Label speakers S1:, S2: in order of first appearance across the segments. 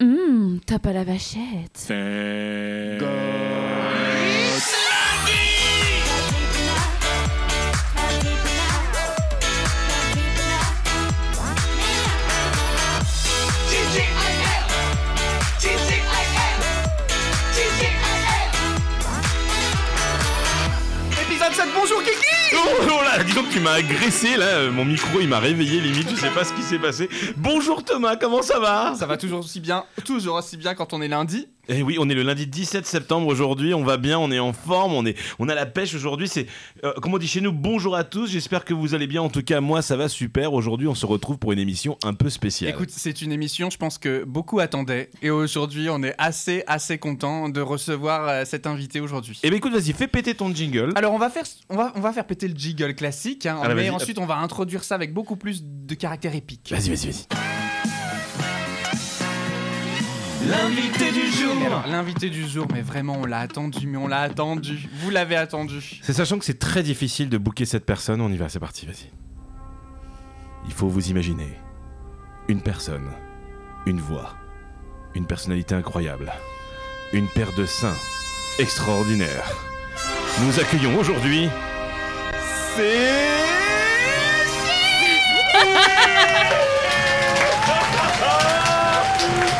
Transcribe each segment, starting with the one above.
S1: Hum, top à la vachette.
S2: Euh, C'est...
S3: Épisode 7, bonjour Kiki
S2: Oh, oh là, dis donc tu m'as agressé là, euh, mon micro il m'a réveillé limite, je sais pas ce qui s'est passé. Bonjour Thomas, comment ça va
S3: Ça va toujours aussi bien, toujours aussi bien quand on est lundi.
S2: Eh oui, on est le lundi 17 septembre aujourd'hui, on va bien, on est en forme, on, est, on a la pêche aujourd'hui, c'est... euh, comme on dit chez nous, bonjour à tous, j'espère que vous allez bien, en tout cas moi ça va super, aujourd'hui on se retrouve pour une émission un peu spéciale.
S3: Écoute, c'est une émission, je pense que beaucoup attendaient. Et aujourd'hui, on est assez, assez content de recevoir euh, cet invité aujourd'hui.
S2: Eh ben écoute, vas-y, fais péter ton jingle.
S3: Alors, on va faire, on va, on va faire péter le jiggle classique, hein,
S2: Allez,
S3: mais
S2: vas-y.
S3: ensuite, on va introduire ça avec beaucoup plus de caractère épique.
S2: Vas-y, vas-y, vas-y.
S3: L'invité du jour L'invité du jour, mais vraiment, on l'a attendu, mais on l'a attendu. Vous l'avez attendu.
S2: C'est sachant que c'est très difficile de booker cette personne, on y va, c'est parti, vas-y. Il faut vous imaginer une personne, une voix, une personnalité incroyable, une paire de seins extraordinaire. Nous accueillons aujourd'hui.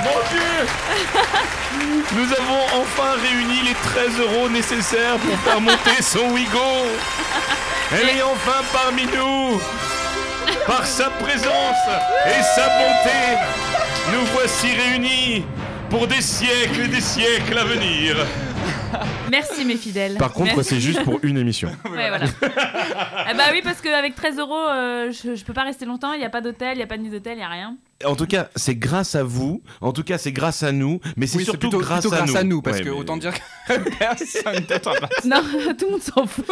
S2: Mon Dieu Nous avons enfin réuni les 13 euros nécessaires pour faire monter son Wigo. Elle est enfin parmi nous. Par sa présence et sa bonté, nous voici réunis pour des siècles et des siècles à venir.
S1: Merci mes fidèles.
S2: Par contre,
S1: Merci.
S2: c'est juste pour une émission.
S1: Ouais, voilà. ah bah oui, parce qu'avec 13 euros, euh, je, je peux pas rester longtemps. Il n'y a pas d'hôtel, il n'y a pas de nuit d'hôtel, il n'y a rien.
S2: En tout cas, c'est grâce à vous. En tout cas, c'est grâce à nous. Mais c'est
S3: Oui,
S2: surtout
S3: plutôt-
S2: grâce,
S3: plutôt
S2: à nous.
S3: parce
S2: Ouais,
S3: que
S2: mais-
S3: autant dire que personne ne t'attend pas.
S1: Non, tout le monde s'en fout.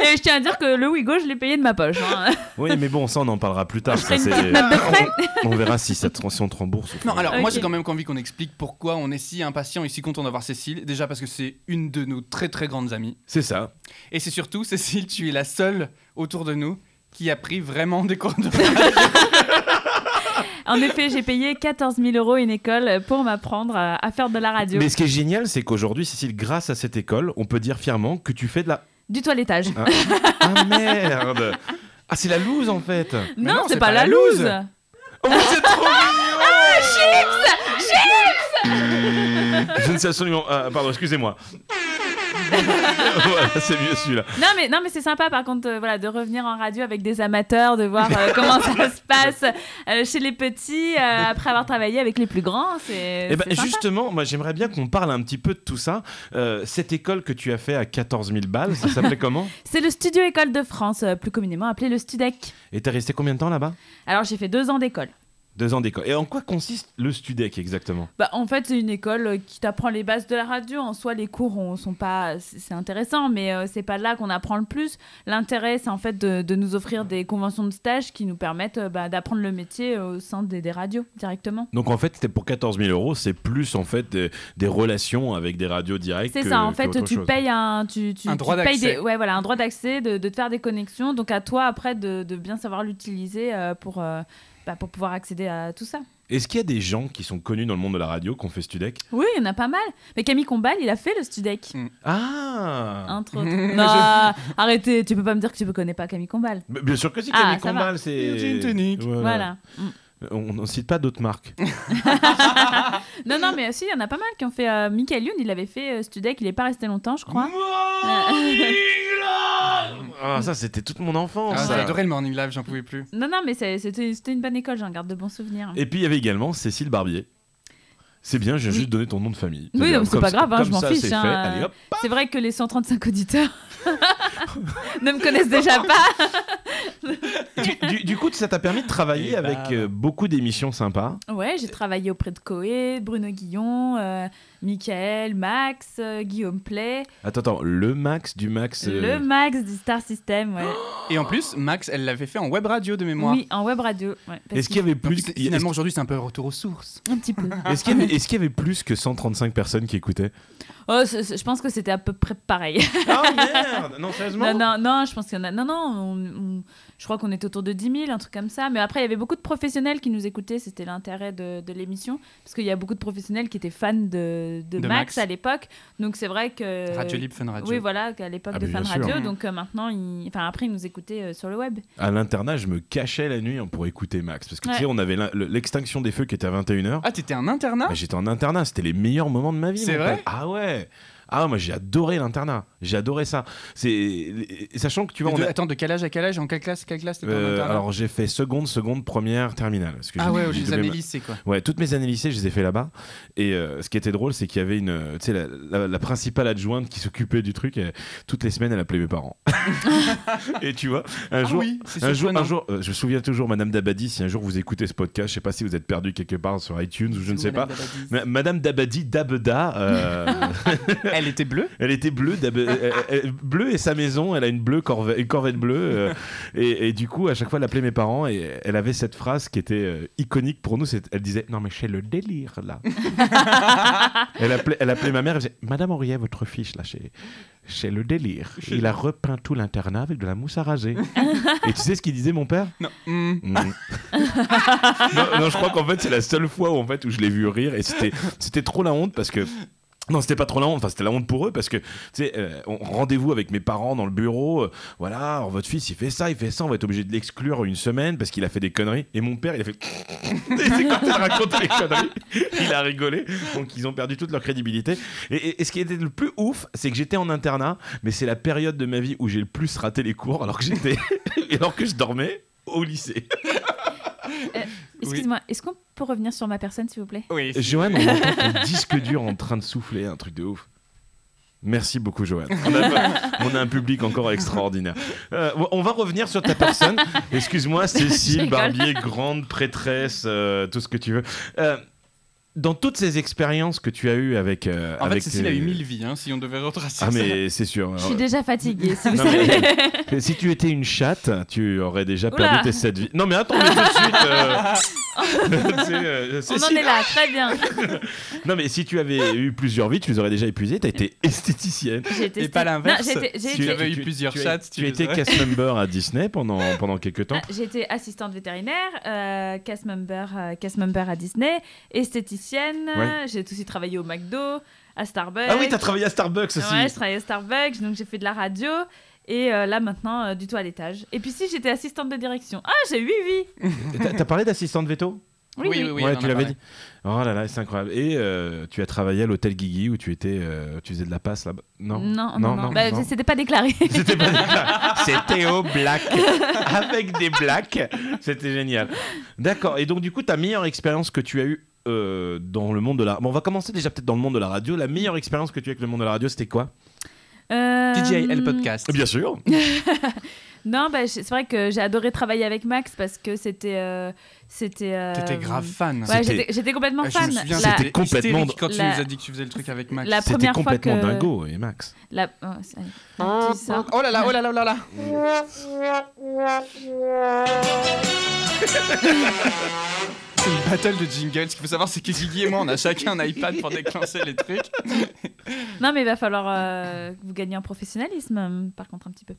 S1: Et je tiens à dire que le Wigo, je l'ai payé de ma poche. hein.
S2: Oui, mais bon, ça, on en parlera plus tard.
S1: ferai
S2: ça,
S1: une
S2: c'est-
S1: petite note de frais.
S2: on, on verra si, ça te, si on te rembourse.
S3: Non, alors moi
S1: Ok.
S3: j'ai quand même envie qu'on explique pourquoi on est si impatient et si content d'avoir Cécile. Déjà parce que c'est une de nos très très grandes amies.
S2: C'est ça.
S3: Et c'est surtout, Cécile, tu es la seule autour de nous qui a pris vraiment des cours de
S1: En effet, j'ai payé 14 000 euros une école pour m'apprendre à, à faire de la radio.
S2: Mais ce qui est génial, c'est qu'aujourd'hui, Cécile, grâce à cette école, on peut dire fièrement que tu fais de la.
S1: Du toilettage.
S2: Ah, Ah, merde Ah, c'est la loose en fait
S3: Mais
S1: non, c'est pas, la
S3: loose.
S1: loose.
S2: Oh, c'est trop mignon Je ne sais absolument. ah, pardon, excusez-moi. voilà, c'est mieux celui-là.
S1: Non mais non mais c'est sympa par contre euh, voilà de revenir en radio avec des amateurs de voir euh, comment ça se passe euh, chez les petits euh, après avoir travaillé avec les plus grands c'est
S2: Eh ben,
S1: c'est sympa.
S2: justement, moi j'aimerais bien qu'on parle un petit peu de tout ça. Euh, cette école que tu as fait à 14 000 balles, ça s'appelait comment
S1: c'est le studio école de France euh, plus communément appelé le Studec.
S2: Et t'es resté combien de temps là-bas
S1: Alors j'ai fait deux ans d'école.
S2: Deux ans d'école. Et en quoi consiste le Studec exactement
S1: Bah, en fait, c'est une école euh, qui t'apprend les bases de la radio. En soi, les cours on, sont pas. C'est c'est intéressant, mais euh, c'est pas là qu'on apprend le plus. L'intérêt, c'est en fait de, de nous offrir des conventions de stage qui nous permettent euh, bah, d'apprendre le métier euh, au sein des, des radios directement.
S2: Donc en fait, c'était pour 14 000 euros, c'est plus en fait des, des relations avec des radios directes.
S1: C'est
S2: que-
S1: ça, en
S2: que
S1: fait,
S2: autre
S1: tu
S2: chose.
S1: payes un, tu, tu,
S3: Un
S1: tu
S3: droit
S1: payes
S3: d'accès.
S1: des- ouais, voilà, un droit d'accès, de, de te faire des connexions. Donc à toi, après, de, de bien savoir l'utiliser euh, pour, euh, bah, pour pouvoir accéder à tout ça.
S2: Est-ce qu'il y a des gens qui sont connus dans le monde de la radio qui ont fait Studec
S1: Oui, il y en a pas mal. Mais Camille Combal, il a fait le Studec.
S2: Ah
S1: Entre autres.
S3: Mmh,
S1: non, arrêtez, tu peux pas me dire que tu ne connais pas Camille Combal.
S2: Mais Bien sûr que si,
S1: Ah,
S2: Camille
S1: ça va.
S2: Combal, c'est.
S3: Gin tonic.
S2: Oh
S1: Voilà.
S2: On ne cite pas d'autres marques.
S1: Mm. Non, non, mais aussi, il y en a pas mal qui ont fait. euh, Michael Youn, il avait fait euh, Studec, il est pas resté longtemps, je crois. Euh,
S2: Ah, ça, c'était toute mon enfance.
S3: Ah,
S2: ça.
S3: J'ai adoré le morning live, j'en pouvais plus.
S1: Non, non, mais c'est- c'était c'était une bonne école, j'en garde de bons souvenirs.
S2: Et puis, il y avait également Cécile Barbier. C'est bien, j'ai
S1: Oui.
S2: juste donné ton nom de famille.
S1: Oui, non, mais c'est
S2: Comme
S1: pas
S2: ça-
S1: grave, hein,
S2: comme
S1: je m'en
S2: ça,
S1: fiche,
S2: c'est
S1: hein.
S2: fait. Allez, hop.
S1: C'est vrai que les 135 auditeurs ne me connaissent déjà pas.
S2: Du, du coup, ça t'a permis de travailler
S3: Et
S2: avec
S3: bah.
S2: euh, beaucoup d'émissions sympas.
S1: Ouais, j'ai travaillé auprès de Coé, Bruno Guillon, euh, Michael, Max, euh, Guillaume Play,
S2: Attends, attends, le max du max. euh,
S1: le Max du Star System. ouais.
S3: Et en plus, Max, elle l'avait fait en web radio de mémoire.
S1: Oui, en web radio. ouais, parce
S2: Est-ce qu'il y avait
S3: Donc,
S2: plus
S3: c'est-
S2: que-
S3: finalement, aujourd'hui, c'est un peu un retour aux sources.
S1: Un petit peu.
S2: Est-ce qu'il y, avait- est-ce qu'il y avait plus que 135 personnes qui écoutaient
S1: Oh, c'est- c'est- je pense que c'était à peu près pareil.
S2: Ah merde Non, sérieusement
S1: Non, non, non, je pense qu'il y en a. Non, non, on- on- je crois qu'on était autour de 10 000, un truc comme ça. Mais après, il y avait beaucoup de professionnels qui nous écoutaient, c'était l'intérêt de, de l'émission, parce qu'il y a beaucoup de professionnels qui étaient fans de, de
S3: De
S1: Max,
S3: Max.
S1: à l'époque. Donc c'est vrai que...
S3: Radio Libre Fun Radio.
S1: Euh, Oui, voilà, qu'à l'époque
S4: Ah,
S1: de
S4: mais
S1: Fan
S4: bien sûr.
S1: Radio.
S3: Mhm.
S1: Donc euh, maintenant, ils- enfin, après, ils nous écoutaient euh, sur le web.
S2: À l'internat, je me cachais la nuit hein, pour écouter Max. Parce que tu
S1: Ouais.
S2: sais, on avait l'in- le- l'extinction des feux qui était à 21h.
S3: Ah, t'étais un internat
S2: Bah, j'étais en internat, c'était les meilleurs moments de ma vie.
S3: C'est
S2: mon
S3: vrai
S2: pote. Ah ouais Ah, moi j'ai adoré l'internat. J'ai adoré ça. C'est... et Sachant que tu vois,
S3: Mais
S2: on
S3: de-
S2: a-
S3: Attends, de quel âge à quel âge En quelle classe Quelle classe t'étais en
S2: Euh,
S3: internat
S2: alors j'ai fait seconde, seconde, première, terminale. Parce que
S3: Ah
S2: j'ai-
S3: ouais,
S2: j'ai
S3: je les
S2: doublé
S3: avais
S2: ma-
S3: lycées, quoi.
S2: Ouais, toutes mes années lycée, je les ai fait là-bas. Et euh, ce qui était drôle, c'est qu'il y avait une, euh, tu sais, la, la- la principale adjointe qui s'occupait du truc. elle- toutes les semaines, elle appelait mes parents. et tu vois, un
S3: Ah
S2: jour,
S3: oui, c'est
S2: un jour,
S3: surprenant.
S2: un jour, euh, je me souviens toujours, Madame Dabadi, si un jour vous écoutez ce podcast, je sais pas si vous êtes perdu quelque part sur iTunes ou je ne sais pas. Ma- Madame Dabadi Dabeda, euh,
S3: Elle était bleue
S2: elle était bleue, Dabe- euh, euh, euh, bleue et sa maison, elle a une bleue corvette, une corvette bleue. euh, et, et du coup, à chaque fois, elle appelait mes parents et elle avait cette phrase qui était euh, iconique pour nous. c'est- Elle disait Non, mais c'est le délire là. elle, appelait, elle appelait ma mère, elle disait Madame Henriet, votre fils là, c'est c'est le délire. Il a repeint tout l'internat avec de la mousse à raser. et tu sais ce qu'il disait, mon père
S3: Non. Hmm.
S2: Mm. non, non, je crois qu'en fait, c'est la seule fois où, en fait, où je l'ai vu rire et c'était, c'était trop la honte parce que. Non, c'était pas trop la honte, enfin c'était la honte pour eux parce que, tu sais, euh, on rendez-vous avec mes parents dans le bureau, euh, voilà, alors, votre fils il fait ça, il fait ça, on va être obligé de l'exclure une semaine parce qu'il a fait des conneries. Et mon père il a fait. Et c'est quand il raconte les conneries, il a rigolé, donc ils ont perdu toute leur crédibilité. Et, et- et ce qui était le plus ouf, c'est que j'étais en internat, mais c'est la période de ma vie où j'ai le plus raté les cours alors que j'étais. alors que je dormais au lycée.
S1: Excuse-moi, est-ce qu'on peut revenir sur ma personne, s'il vous plaît
S3: Oui.
S2: Johan, on entend ton disque dur en train de souffler, un truc de ouf. Merci beaucoup, Johan. On a, on a un public encore extraordinaire. Euh, on va revenir sur ta personne. Excuse-moi, Cécile
S1: rigole.
S2: Barbier, grande prêtresse, euh, tout ce que tu veux. Euh, dans toutes ces expériences que tu as eues avec. euh,
S3: En fait,
S2: avec,
S3: Cécile a
S2: euh,
S3: eu mille vies, hein, si on devait retracer
S2: Ah,
S3: ça.
S2: mais c'est sûr.
S1: Je suis déjà fatiguée, si vous
S2: Non, mais-
S1: savez.
S2: Euh, Si tu étais une chatte, tu aurais déjà
S1: Oula.
S2: perdu tes 7 vies. Non, mais attends, mais tout de suite. euh, c'est, euh,
S1: On en
S2: Cécile,
S1: est là, très bien.
S2: Non, mais si tu avais eu plusieurs vies, tu les aurais déjà épuisées. T'as été esthéticienne.
S1: J'ai testé-
S3: Et pas l'inverse.
S1: Non, j'ai été- j'ai
S3: Tu
S1: été-
S3: avais eu plusieurs
S2: tu as-
S3: chats,
S2: Tu,
S3: tu les
S2: étais
S3: aurais.
S2: cast member à Disney pendant, pendant quelques temps.
S1: Ah, J'étais assistante vétérinaire, euh, cast, member, euh, cast member à Disney, esthéticienne,
S2: Ouais.
S1: j'ai aussi travaillé au McDo, à Starbucks.
S2: Ah oui, t'as travaillé à Starbucks aussi.
S1: Ouais, je travaillais à Starbucks, donc j'ai fait de la radio. Et euh, là maintenant, euh, du tout à l'étage. Et puis si, j'étais assistante de direction. Ah, j'ai 8 vies
S2: T'as- T'as parlé d'assistante veto
S1: Oui, oui.
S3: Oui,
S2: Ouais,
S3: on en
S2: tu
S3: a
S2: l'avais
S3: parlé.
S2: dit. Oh là là, c'est incroyable. Et euh, tu as travaillé à l'hôtel Guigui où tu étais, euh, tu faisais de la passe là-bas. Non.
S1: non, non. non. Bah, C'était pas déclaré.
S2: C'était pas des blagues. C'était au black. Avec des blacks. C'était génial. D'accord. Et donc, du coup, ta meilleure expérience que tu as eue euh, dans le monde de la. Bon, on va commencer déjà peut-être dans le monde de la radio. La meilleure expérience que tu as avec le monde de la radio, c'était quoi
S1: Euh,
S3: DJIL Podcast.
S2: sûr.
S1: Non, bah, je- c'est vrai que j'ai adoré travailler avec Max parce que c'était. euh, c'était. euh,
S3: T'étais grave fan. Ah,
S1: Ouais,
S2: C'était-
S1: j'étais j'étais complètement
S3: Je
S1: fan.
S3: me souviens,
S1: La-
S2: c'était- complètement-
S3: hystérique quand tu
S1: La-
S3: nous as dit que tu faisais le truc avec Max.
S1: la
S2: C'était
S1: première fois que-
S2: complètement dingo, et Max.
S1: La... oh, ça- un petit sort.
S3: Oh là là, oh là là, oh là là. C'est une battle de jingles. Ce qu'il faut savoir, c'est que Guigui et moi, on a chacun un iPad pour déclencher les trucs.
S1: Non, mais il va falloir euh, que vous gagniez en professionnalisme, euh, par contre, un petit peu.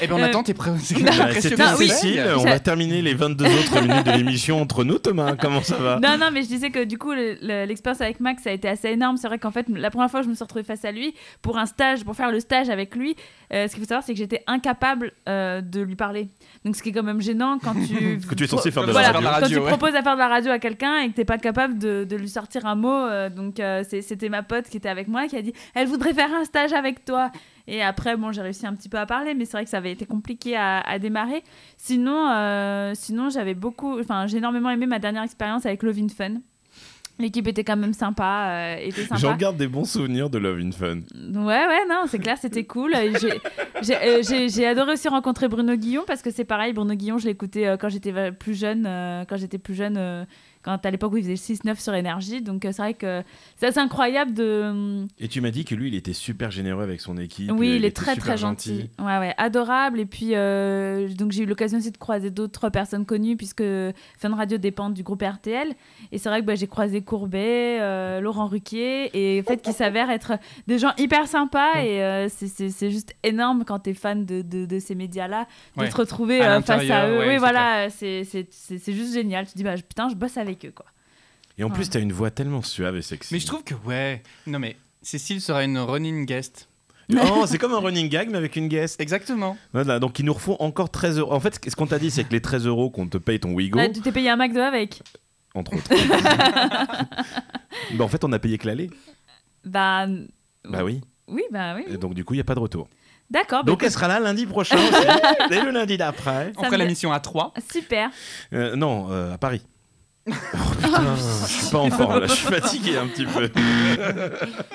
S3: Et ben on
S1: Euh,
S3: attend tes pré- c'est
S2: Bah,
S3: précieux
S2: C'était
S1: Non, oui.
S2: Cécile.
S3: conseils.
S2: On
S1: Ça-
S2: va terminer les 22 autres minutes de l'émission entre nous, Thomas. Comment ça va
S1: Non, non, mais je disais que du coup, le- le- l'expérience avec Max, ça a été assez énorme. C'est vrai qu'en fait, la première fois que je me suis retrouvée face à lui pour un stage, pour faire le stage avec lui, euh, ce qu'il faut savoir, c'est que j'étais incapable euh, de lui parler. Donc, ce qui est quand même gênant quand tu.
S2: Parce que tu es censé faire de la
S1: Voilà,
S3: Faire de
S2: radio.
S3: la
S1: quand
S3: radio,
S1: tu
S3: ouais.
S1: proposes à faire de la radio à quelqu'un et que t'es pas capable de, de lui sortir un mot, euh, donc euh, c'est- c'était ma pote qui était avec moi qui a dit elle voudrait faire un stage avec toi. Et après, bon, j'ai réussi un petit peu à parler, mais c'est vrai que ça avait été compliqué à, à démarrer. Sinon, euh, sinon j'avais beaucoup, enfin, j'ai énormément aimé ma dernière expérience avec Lovin Fun. L'équipe était quand même sympa, euh, était sympa.
S2: J'en garde des bons souvenirs de Love in Fun.
S1: Ouais, ouais, non, c'est clair, c'était cool. Euh, j'ai- J'ai euh, j'ai- j'ai adoré aussi rencontrer Bruno Guillon parce que c'est pareil, Bruno Guillon, je l'écoutais euh, quand j'étais va- plus jeune, euh, quand j'étais plus jeune, euh, quand à l'époque où il faisait 6-9 sur énergie. Donc euh, c'est vrai que c'est assez incroyable de.
S2: Et tu m'as dit que lui, il était super généreux avec son équipe.
S1: oui,
S2: euh,
S1: il, est
S2: était
S1: très
S2: super
S1: très gentil. Ouais, ouais, adorable. Et puis, euh, donc j'ai eu l'occasion aussi de croiser d'autres personnes connues puisque Fun Radio dépend du groupe RTL. Et c'est vrai que bah, j'ai croisé Courbet, euh, Laurent Ruquier et en fait qui s'avèrent être des gens hyper sympas. Et euh, c'est- c'est c'est juste énorme quand t'es fan de, de, de ces médias-là de
S3: Ouais.
S1: te retrouver
S3: À
S1: euh, face à
S3: l'intérieur,
S1: eux.
S3: ouais,
S1: oui,
S3: c'est
S1: voilà, euh, c'est c'est- c'est- c'est juste génial. Tu te dis, bah, putain, je bosse avec eux. quoi.
S2: Et en plus,
S1: Ouais.
S2: t'as une voix tellement suave et sexy.
S3: Mais je trouve que, ouais. Non, mais Cécile sera une running guest.
S2: Non, c'est comme un running gag, mais avec une guest.
S3: Exactement.
S2: Voilà, donc ils nous refont encore 13 euros. En fait, ce qu'on t'a dit, c'est que les 13 euros qu'on te paye ton Wigo,
S1: Là, tu Bah, t'es payé un McDo avec
S2: entre autres. bah, en fait, on a payé que l'aller.
S1: Bah.
S2: Bah oui.
S1: Oui, bah oui.
S2: Et donc, du coup, il n'y a pas de retour.
S1: D'accord. bah,
S2: Donc, elle sera là lundi prochain aussi, et le lundi d'après.
S3: On
S1: Ça
S3: fera
S1: me-
S3: la mission à 3.
S1: bah, Super.
S2: Euh, non, euh, à Paris. Oh,
S1: Ah,
S2: putain, je suis pas en forme là, je suis fatigué un petit peu.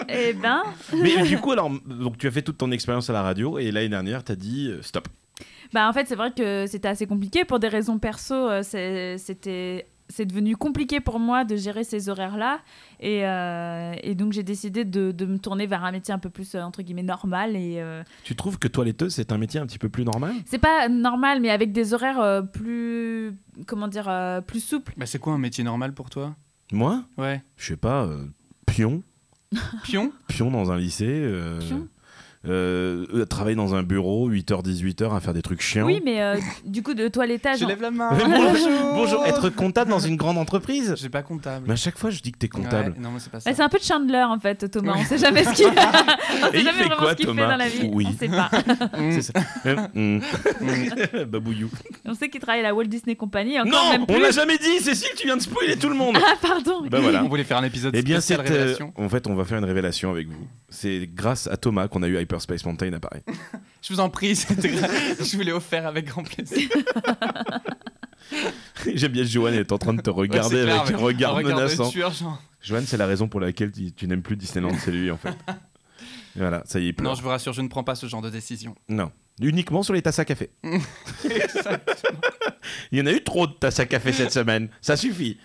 S1: Eh ben,
S2: Mais du coup, alors, donc tu as fait toute ton expérience à la radio et l'année dernière, t'as dit euh, stop.
S1: bah en fait, c'est vrai que c'était assez compliqué pour des raisons perso. euh, c'est- C'était c'est devenu compliqué pour moi de gérer ces horaires-là. Et, euh, et donc, j'ai décidé de, de me tourner vers un métier un peu plus, euh, entre guillemets, normal. Et euh,
S2: Tu trouves que toiletteuse, c'est un métier un petit peu plus normal
S1: c'est pas normal, mais avec des horaires euh, plus, comment dire, euh, plus souples.
S3: Bah, c'est quoi un métier normal pour toi
S2: Moi
S3: Ouais.
S2: Je sais pas, euh, pion
S1: Ah.
S3: Pion
S2: Pion dans un lycée euh,
S1: Pion
S2: euh, euh, Travailler dans un bureau 8h-18h à faire des trucs chiants
S1: Oui, mais euh, du coup, de toilettage.
S3: Je
S1: en-
S3: lève la main.
S2: Mais bonjour, bonjour, être comptable dans une grande entreprise
S3: J'ai pas comptable.
S2: Mais à chaque fois, je dis que t'es comptable.
S3: Ouais, non, mais c'est pas ça.
S1: Ouais, c'est un peu de Chandler en fait, Thomas. On sait jamais ce qu'il on sait
S2: il
S1: jamais
S2: fait
S1: vraiment
S2: quoi,
S1: ce qu'il fait
S2: Thomas
S1: dans la vie.
S2: Oui.
S1: On sait pas.
S3: Mmh.
S2: C'est ça. Hum, hum. Babouillou.
S1: On sait qu'il travaille à la Walt Disney Company. et Encore
S2: Non,
S1: même
S2: on
S1: plus.
S2: l'a jamais dit, Cécile, tu viens de spoiler tout le monde.
S1: Ah pardon.
S2: Bah voilà.
S3: On voulait faire un épisode
S2: Eh bien, c'est
S3: spécial révélation.
S2: en fait, on va faire une révélation avec vous. C'est grâce à Thomas qu'on a eu Hyperspace Mountain à Paris.
S3: Je vous en prie, c'était- je vous l'ai offert avec grand plaisir.
S2: J'aime bien Joanne est en train de te regarder
S3: Ouais, c'est clair,
S2: avec un
S3: mais-
S2: regard
S3: de
S2: menaçant.
S3: tueur, genre.
S2: Joanne, c'est la raison pour laquelle tu, tu n'aimes plus Disneyland, c'est lui en fait. Et voilà, ça y est, il
S3: Non,
S2: pleure.
S3: je vous rassure, je ne prends pas ce genre de décision.
S2: Non. Uniquement sur les tasses à café. Il y en a eu trop de tasses à café cette semaine. Ça suffit.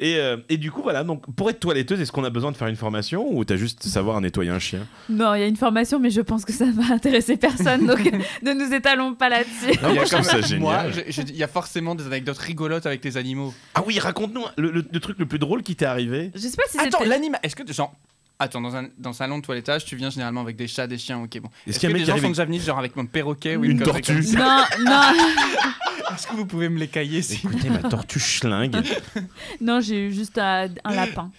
S2: Et, euh, et du coup, voilà. Donc, pour être toiletteuse, est-ce qu'on a besoin de faire une formation ou t'as juste savoir nettoyer un chien
S1: Non, il y a une formation, mais je pense que ça va intéresser personne, donc ne nous étalons pas là-dessus.
S2: Non,
S3: Il y
S2: moi,
S3: a
S2: Ah je
S3: quand
S2: trouve ça
S3: même- moi,
S2: génial.
S3: je- je- il y a forcément des anecdotes rigolotes avec les animaux.
S2: Ah oui, raconte-nous le, le- le truc le plus drôle qui t'est arrivé.
S1: Je sais pas si
S3: Attends,
S1: c'était.
S3: l'animal. Est-ce que genre, attends dans un dans un salon de toilettage, tu viens généralement avec des chats, des chiens, ok bon.
S2: Est-ce
S3: Est-ce
S2: qu'il y
S3: que
S2: a un mec
S3: des
S2: qui
S3: gens
S2: arrive
S3: sont déjà venus genre avec mon perroquet ou
S2: Une
S3: une connerie
S2: tortue.
S3: comme
S1: Non, non,
S3: ça Est-ce que vous pouvez me les cailler si
S2: Écoutez, ma tortue schlingue,
S1: non, j'ai eu juste un, un lapin.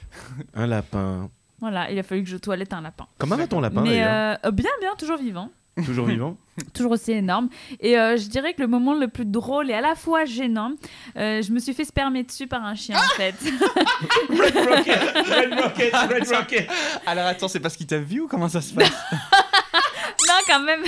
S2: un lapin.
S1: Voilà, il a fallu que je toilette un lapin.
S2: Comment va ton lapin
S1: mais
S2: d'ailleurs
S1: euh, euh, bien, bien, toujours vivant,
S2: Toujours vivant
S1: toujours aussi énorme. Et euh, je dirais que le moment le plus drôle et à la fois gênant, euh, je me suis fait spermer dessus par un chien en fait.
S2: Red Rocket, Red Rocket
S3: Alors attends, c'est parce qu'il t'a vu ou comment ça se passe
S1: Non, quand même.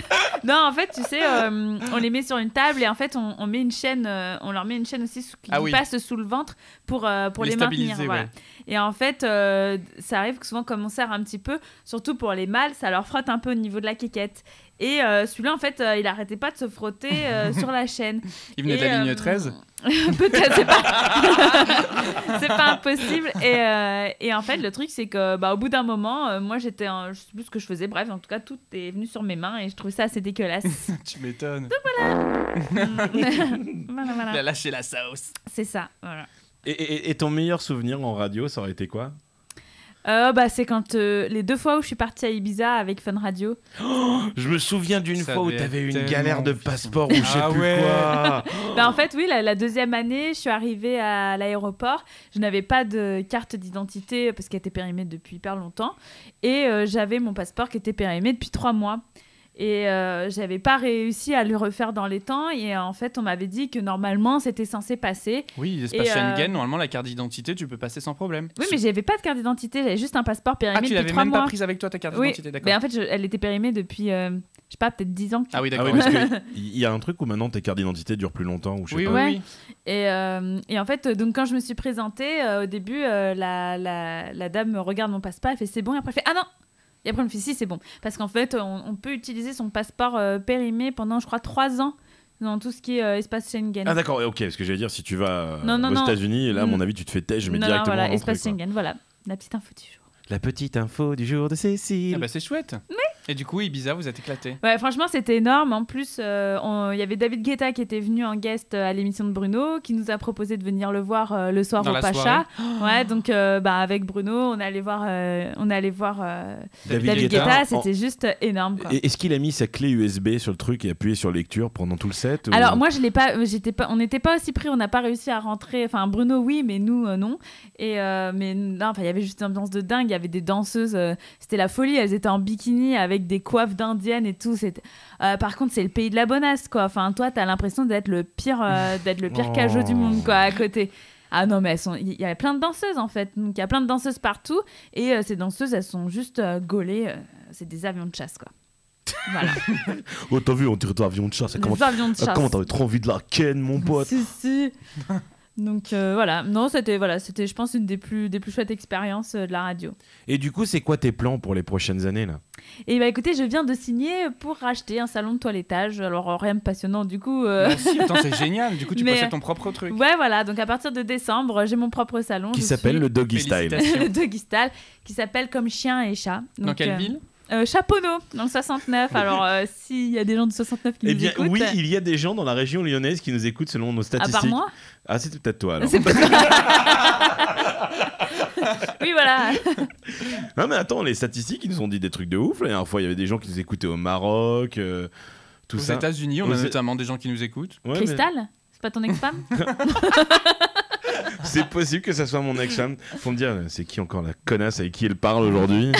S1: Non, en fait, tu sais, euh, on les met sur une table et en fait, on, on met une chaîne, euh, on leur met une chaîne aussi sous- qui
S3: Ah oui.
S1: passe sous le ventre pour, euh, pour les,
S3: Les
S1: maintenir.
S3: stabiliser,
S1: voilà.
S3: ouais.
S1: Et en fait, euh, ça arrive que souvent, comme on serre un petit peu, surtout pour les mâles, ça leur frotte un peu au niveau de la quiquette. Et euh, celui-là, en fait, euh, il arrêtait pas de se frotter euh, sur la chaîne.
S3: Il venait de
S1: Et,
S3: la ligne
S1: euh,
S3: 13
S1: Peut-être, c'est pas... c'est pas impossible. Et, euh, et en fait, le truc, c'est que bah, au bout d'un moment, euh, moi, j'étais, en- je sais plus ce que je faisais. Bref, en tout cas, tout est venu sur mes mains et je trouvais ça assez dégueulasse.
S3: Tu m'étonnes.
S1: voilà,
S3: Il a
S1: voilà.
S3: lâché la sauce.
S1: C'est ça. Voilà.
S2: et, et- et ton meilleur souvenir en radio, ça aurait été quoi
S1: Euh, bah, c'est quand euh, les deux fois où je suis partie à Ibiza avec Fun Radio.
S2: Je me souviens d'une
S3: Ça
S2: fois où
S3: devait
S2: t'avais
S3: être
S2: une
S3: tellement
S2: galère de
S3: putain.
S2: passeport ou je sais
S3: Ah
S2: plus
S3: ouais.
S2: quoi.
S1: Bah, en fait, oui, la, la deuxième année, je suis arrivée à l'aéroport. Je n'avais pas de carte d'identité parce qu'elle était périmée depuis hyper longtemps. Et euh, j'avais mon passeport qui était périmé depuis trois mois. Et euh, j'avais pas réussi à le refaire dans les temps. Et euh, en fait, on m'avait dit que normalement, c'était censé passer.
S3: Oui, l'espace
S1: Et, euh,
S3: Schengen, normalement la carte d'identité, tu peux passer sans problème.
S1: Oui, mais j'avais pas de carte d'identité. J'avais juste un passeport périmé
S3: Ah, tu
S1: depuis
S3: l'avais
S1: trois
S3: même pas
S1: mois.
S3: prise avec toi ta carte
S1: oui,
S3: d'identité, d'accord.
S1: mais en fait, je- elle était périmée depuis, euh, je sais pas, peut-être dix ans.
S3: Ah oui,
S2: Ah
S3: d'accord.
S2: oui, parce qu'il y a un truc où maintenant tes cartes d'identité durent plus longtemps ou je sais
S3: Oui,
S2: pas.
S3: oui,
S1: Ouais.
S3: oui.
S1: Et, euh, et en fait, euh, donc quand je me suis présentée, euh, au début, euh, la, la, la dame me regarde mon passeport, elle fait c'est bon, et après elle fait ah non Et après elle me fait si c'est bon. Parce qu'en fait, on, on peut utiliser son passeport euh, périmé pendant, je crois, trois ans. dans tout ce qui est euh, espace Schengen.
S2: Ah d'accord, ok, parce que j'allais dire, si tu vas euh,
S1: Non, non,
S2: aux
S1: non.
S2: États-Unis, là, à
S1: Mm.
S2: mon avis, tu te fais têche, mais
S1: non, non,
S2: directement
S1: voilà,
S2: à l'entrée,
S1: espace
S2: quoi.
S1: Schengen, voilà. La petite info du jour.
S2: La petite info du jour de Cécile.
S3: Ah bah c'est chouette. Et du coup, Ibiza, vous êtes éclatés.
S1: Ouais, franchement, c'était énorme. En plus, euh, on- il y avait David Guetta qui était venu en guest euh, à l'émission de Bruno, qui nous a proposé de venir le voir euh, le soir
S3: Dans
S1: au
S3: la
S1: Pacha. Ouais, donc euh, bah, avec Bruno, on allait voir, euh, on allait voir euh,
S2: David
S1: David
S2: Guetta,
S1: Guetta.
S2: en-
S1: c'était juste énorme. quoi.
S2: Et- Est-ce qu'il a mis sa clé USB sur le truc et appuyé sur lecture pendant tout le set ou-
S1: Alors moi je l'ai pas, euh, j'étais pas, on n'était pas aussi pris, on n'a pas réussi à rentrer. Enfin Bruno oui, mais nous euh, non. Et euh, mais non, enfin il y avait juste une ambiance de dingue. Il y avait des danseuses, euh, c'était la folie. Elles étaient en bikini avec des coiffes d'indiennes et tout. C'était- euh, par contre c'est le pays de la bonasse quoi. Enfin toi t'as l'impression d'être le pire, euh, d'être le pire
S2: Oh.
S1: cajot du monde quoi à côté. Ah non mais elles sont, il y a plein de danseuses en fait. Donc il y a plein de danseuses partout et euh, ces danseuses elles sont juste euh, gaulées. euh, c'est des avions de chasse quoi. Voilà.
S2: Oh, t'as vu, on dirait ton avion de chasse. Comment
S1: des avions de chasse.
S2: ah, comment t'avais trop envie de la ken, mon pote
S1: Si, si. Donc euh, voilà, non, c'était, voilà, c'était, je pense, une des plus, des plus chouettes expériences euh, de la radio.
S2: Et du coup, c'est quoi tes plans pour les prochaines années là
S1: Et bah écoutez, je viens de signer pour racheter un salon de toilettage. Alors euh, rien de passionnant du coup. euh,
S3: Mais si, attends, c'est génial. Du coup, tu
S1: Mais-
S3: possèdes ton propre truc.
S1: Ouais, voilà. Donc à partir de décembre, j'ai mon propre salon.
S2: Qui
S1: je
S2: s'appelle
S1: suis-
S2: le Doggy Style.
S1: le
S3: Félicitations.
S1: Doggy Style, qui s'appelle comme chien et chat. Donc,
S3: Dans quelle
S1: euh,
S3: ville
S1: euh, Chaponneau, dans le 69. Alors euh, s'il y a des gens du 69 qui
S2: Eh
S1: nous
S2: bien,
S1: écoutent,
S2: oui,
S1: euh,
S2: il y a des gens dans la région lyonnaise qui nous écoutent selon nos
S1: à
S2: statistiques.
S1: part moi,
S2: Ah, c'est peut-être toi alors.
S1: c'est pas- oui, voilà.
S2: Non, mais attends, les statistiques, ils nous ont dit des trucs de ouf. La dernière fois, il y avait des gens qui nous écoutaient au Maroc, euh, tout
S3: Aux
S2: ça.
S3: États-Unis, on
S2: Aux-
S3: a notamment des gens qui nous écoutent.
S2: Ouais, mais
S1: Cristal, c'est pas ton ex-femme
S2: C'est possible que ça soit mon ex-femme. Faut me dire, euh, c'est qui encore la connasse avec qui elle parle aujourd'hui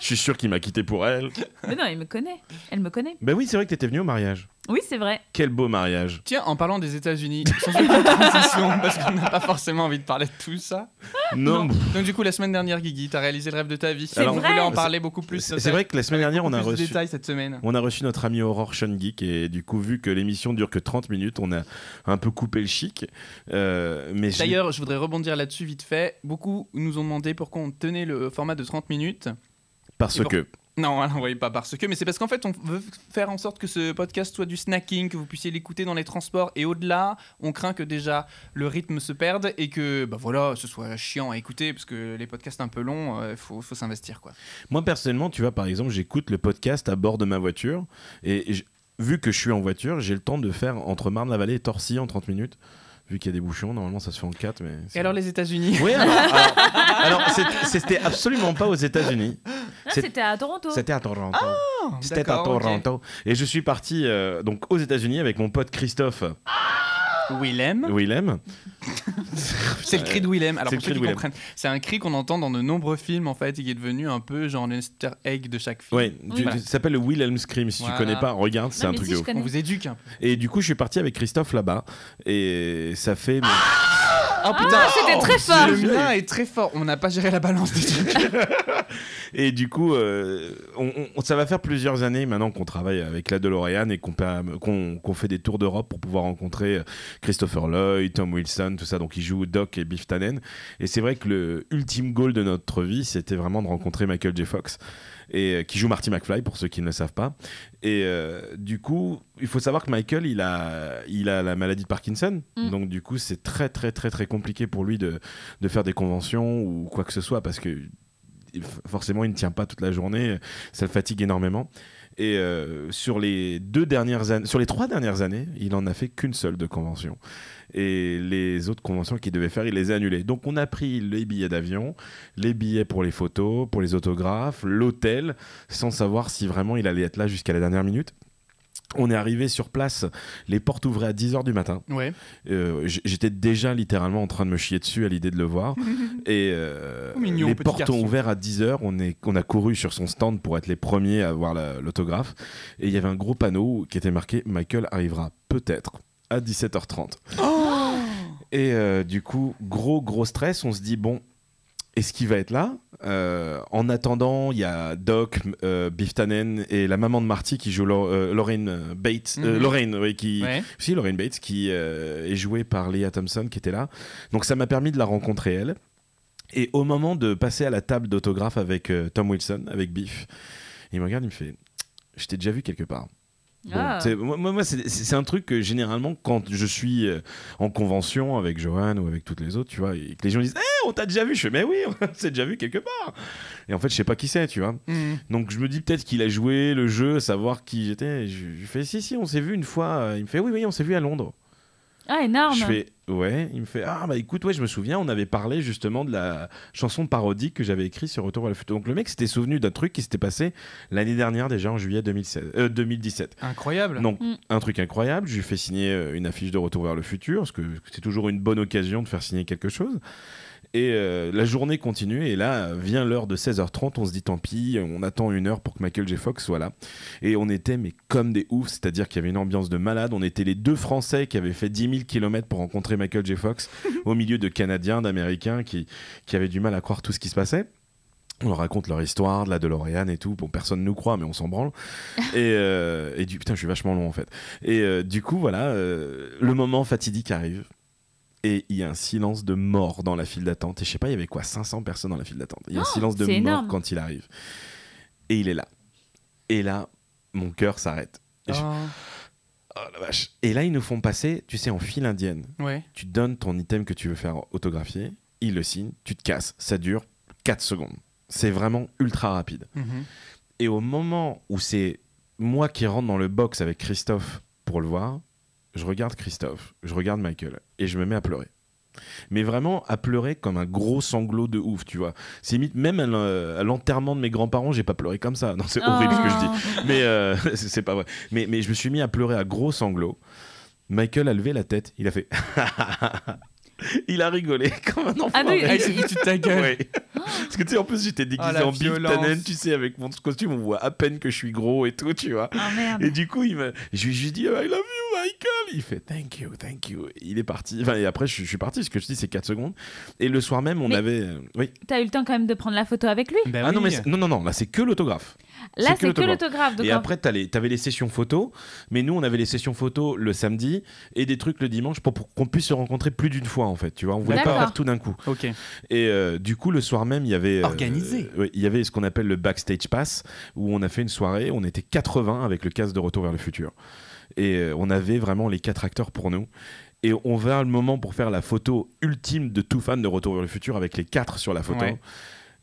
S2: Je suis sûr qu'il m'a quitté pour elle.
S1: Mais non, il me connaît. Elle me connaît.
S2: Ben oui, c'est vrai que t'étais venu au mariage.
S1: Oui, c'est vrai.
S2: Quel beau mariage.
S3: Tiens, en parlant des États-Unis, sans aucune transition, parce qu'on n'a pas forcément envie de parler de tout ça.
S2: Non. pff,
S3: Donc, du coup, la semaine dernière, Guigui, t'as réalisé le rêve de ta vie.
S1: C'est
S3: on
S1: vrai.
S3: voulait en parler beaucoup plus.
S2: C'est c'est vrai que la semaine
S3: t'as
S2: dernière, on a
S3: plus de
S2: reçu.
S3: détails cette semaine.
S2: On a reçu notre ami Aurore Sean Geek et du coup vu que l'émission dure que 30 minutes, on a un peu coupé le chic. Euh, mais je-
S3: D'ailleurs, je voudrais rebondir là-dessus vite fait. Beaucoup nous ont demandé pourquoi on tenait le format de 30 minutes.
S2: parce
S3: et pour-
S2: que
S3: Non, alors, oui, pas parce que, mais c'est parce qu'en fait, on veut faire en sorte que ce podcast soit du snacking, que vous puissiez l'écouter dans les transports et au-delà. On craint que déjà le rythme se perde et que, bah voilà, ce soit chiant à écouter parce que les podcasts un peu longs, il faut, faut s'investir quoi.
S2: moi personnellement, tu vois par exemple, j'écoute le podcast à bord de ma voiture et je- vu que je suis en voiture, j'ai le temps de faire entre Marne-la-Vallée et Torcy en 30 minutes. Vu qu'il y a des bouchons, normalement ça se fait en 4 mais
S3: Et
S2: c'est-
S3: alors les États-Unis
S2: Oui, alors, alors- alors, c'est- c'était absolument pas aux États-Unis.
S3: Ah,
S1: Non,
S2: C'est-
S1: c'était à Toronto.
S2: C'était à Toronto. C'était à
S3: D'accord, ok.
S2: Toronto. Et je suis parti euh, donc aux États-Unis avec mon pote Christophe
S3: Willem,
S2: Willem.
S3: c'est le cri de Willem. Alors
S2: C'est
S3: pour
S2: le cri
S3: ceux qui
S2: de Willem.
S3: comprennent, c'est un cri qu'on entend dans de nombreux films en fait et qui est devenu un peu genre un easter egg de chaque film.
S2: Ouais, tu-
S1: Oui.
S2: tu- ça s'appelle le Wilhelm Scream. Si
S3: Voilà.
S2: tu connais pas, regarde, c'est
S1: Non,
S2: un
S1: mais
S2: truc
S1: si,
S2: de
S1: je
S2: ouf.
S1: connais.
S3: On vous éduque un peu.
S2: Et du coup, je suis parti avec Christophe là-bas. Et ça fait.
S3: Oh putain,
S1: Ah, c'était très fort.
S3: Le mien est très fort. On n'a pas géré la balance des trucs.
S2: Et du coup, euh, on- on- ça va faire plusieurs années maintenant qu'on travaille avec la DeLorean et qu'on pa- qu'on- qu'on fait des tours d'Europe pour pouvoir rencontrer euh, Christopher Lloyd, Tom Wilson, tout ça. Donc, ils jouent Doc et Biff Tannen. Et c'est vrai que le ultime goal de notre vie, c'était vraiment de rencontrer Michael J. Fox, et, euh, qui joue Marty McFly, pour ceux qui ne le savent pas. Et euh, du coup, il faut savoir que Michael, il a, il a la maladie de Parkinson.
S1: Mm.
S2: Donc, du coup, c'est très, très, très, très compliqué pour lui de, de faire des conventions ou quoi que ce soit, parce que il- forcément, il ne tient pas toute la journée. Ça le fatigue énormément. Et euh, sur les deux dernières années, sur les trois dernières années, il en a fait qu'une seule de convention. Et les autres conventions qu'il devait faire, il les a annulées. Donc on a pris les billets d'avion, les billets pour les photos, pour les autographes, l'hôtel, sans savoir si vraiment il allait être là jusqu'à la dernière minute. On est arrivé sur place, les portes ouvraient à 10h du matin.
S3: Ouais.
S2: Euh, j- J'étais déjà littéralement en train de me chier dessus à l'idée de le voir. Et euh,
S3: Oh, mignon,
S2: les
S3: petit
S2: portes ont
S3: garçon.
S2: ouvert à 10h. On, est- on a couru sur son stand pour être les premiers à avoir la- l'autographe. et il y avait un gros panneau qui était marqué Michael arrivera peut-être à 17h30. Et euh, du coup, gros, gros stress. On se dit, bon, est-ce qu'il va être là Euh, En attendant, il y a Doc, euh, Biff Tannen et la maman de Marty qui joue Lo- euh, Lorraine Bates. euh,
S3: Mhm.
S2: Lorraine, oui, qui,
S3: Ouais.
S2: si, Lorraine Bates, qui euh, est jouée par Leah Thompson, qui était là. Donc ça m'a permis de la rencontrer, elle. Et au moment de passer à la table d'autographe avec euh, Tom Wilson, avec Biff, il me regarde, il me fait Je t'ai déjà vu quelque part. Bon,
S1: Ah.
S2: c'est- moi, moi- moi, c'est c'est un truc que généralement, quand je suis euh, en convention avec Johan ou avec toutes les autres, tu vois, et que les gens disent Eh, on t'a déjà vu Je fais Mais oui, on s'est déjà vu quelque part Et en fait, je sais pas qui c'est, tu vois.
S3: Mhm.
S2: Donc je me dis peut-être qu'il a joué le jeu, savoir qui j'étais. Je, je fais Si, si, on s'est vu une fois. Il me fait Oui, oui, on s'est vu à Londres.
S1: Ah, énorme.
S2: Je fais ouais, il me fait ah bah écoute ouais je me souviens on avait parlé justement de la chanson parodique que j'avais écrite sur Retour à le futur. Donc le mec s'était souvenu d'un truc qui s'était passé l'année dernière déjà en juillet 2016, euh, 2017.
S3: Incroyable.
S2: Donc
S1: Mm.
S2: un truc incroyable, je lui fais signer euh, une affiche de Retour vers le futur parce que c'est toujours une bonne occasion de faire signer quelque chose. Et euh, la journée continue et là euh, vient l'heure de 16h30, on se dit tant pis, on attend une heure pour que Michael J. Fox soit là. Et on était mais comme des oufs, c'est-à-dire qu'il y avait une ambiance de malade. On était les deux Français qui avaient fait 10 000 km pour rencontrer Michael J. Fox au milieu de Canadiens, d'Américains qui, qui avaient du mal à croire tout ce qui se passait. On leur raconte leur histoire, de la DeLorean et tout. Bon, personne ne nous croit, mais on s'en branle. Et, euh, et du putain, je suis vachement long en fait. Et euh, du coup, voilà, euh, le moment fatidique arrive. Et il y a un silence de mort dans la file d'attente. Et je sais pas, il y avait quoi 500 personnes dans la file d'attente. Il y a un silence de mort
S1: Oh, c'est énorme.
S2: quand il arrive. Et il est là. Et là, mon cœur s'arrête.
S3: Ah,
S2: Oh la vache. Et là, ils nous font passer, tu sais, en file indienne.
S3: ouais.
S2: Tu donnes ton item que tu veux faire autographier, il le signe, tu te casses. Ça dure 4 secondes. C'est vraiment ultra rapide.
S3: Mhm.
S2: Et au moment où c'est moi qui rentre dans le box avec Christophe pour le voir, je regarde Christophe, je regarde Michael et je me mets à pleurer. Mais vraiment à pleurer comme un gros sanglot de ouf, tu vois. C'est limite, même à l'en- à l'enterrement de mes grands-parents, j'ai pas pleuré comme ça. Non,
S1: Oh.
S2: c'est horrible ce que je dis mais euh, c'est- c'est pas vrai. Mais, mais je me suis mis à pleurer à gros sanglots. Michael a levé la tête, il a fait. il a rigolé comme un enfant.
S1: Ah oui,
S3: Ah,
S1: Et-
S3: il s'est foutu de ta gueule.
S2: Ouais. Parce que tu sais, en plus, j'étais déguisé
S3: Ah, la
S2: en Big
S3: violence.
S2: Tannen, tu sais, avec mon costume, on voit à peine que je suis gros et tout, tu vois.
S1: Ah,
S2: Et
S1: merde.
S2: du coup, il me... je lui ai dit I love you, Michael. Il fait Thank you, thank you. Il est parti. Enfin, et après, je, je suis parti. Ce que je dis, c'est 4 secondes. Et le soir même, on
S1: Mais-
S2: avait. euh, Oui.
S1: T'as eu le temps quand même de prendre la photo avec lui.
S3: Bah
S2: Ah non,
S3: oui.
S2: mais c'est- non, non, non, là, c'est que l'autographe.
S1: Là,
S2: que
S1: c'est que
S2: l'autographe.
S1: l'autographe. donc
S2: Et
S1: en-
S2: après, t'as les- t'avais les sessions photos, mais nous, on avait les sessions photos le samedi et des trucs le dimanche pour, pour qu'on puisse se rencontrer plus d'une fois, en fait. Tu vois, on voulait pas
S1: D'accord.
S2: faire tout d'un coup.
S3: Ok.
S2: Et euh, du coup, le soir même, il y avait. euh,
S3: Organisé.
S2: ouais, Il y avait ce qu'on appelle le backstage pass, où on a fait une soirée, on était 80 avec le casse de Retour vers le futur. Et euh, on avait vraiment les quatre acteurs pour nous. Et on vers le moment pour faire la photo ultime de tout fan de Retour vers le futur avec les quatre sur la photo.
S3: Ouais.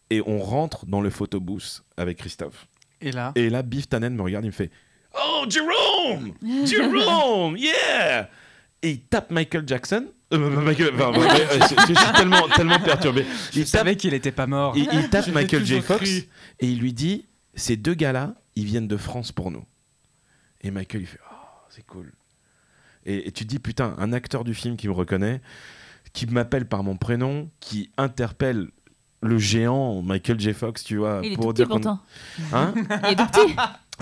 S2: Et on rentre dans le photo booth avec Christophe.
S3: Et là.
S2: Et là, Biff Tannen me regarde, il me fait Oh, Jerome Jerome Yeah Et il tape Michael Jackson. Euh, Michael, enfin, ouais, ouais, je, je suis tellement, tellement perturbé.
S3: Je
S2: Il tape,
S3: savais qu'il était pas mort.
S2: il, il tape
S3: Je l'ai
S2: Michael J.
S3: toujours
S2: Fox
S3: cru.
S2: et il lui dit Ces deux gars-là, ils viennent de France pour nous. Et Michael, il fait Oh, c'est cool. Et, et tu te dis Putain, un acteur du film qui me reconnaît, qui m'appelle par mon prénom, qui interpelle le géant Michael J. Fox, tu vois,
S1: Il est
S2: pour
S1: tout petit
S2: dire qu'on-
S1: pourtant.
S2: Hein
S1: Il est tout petit.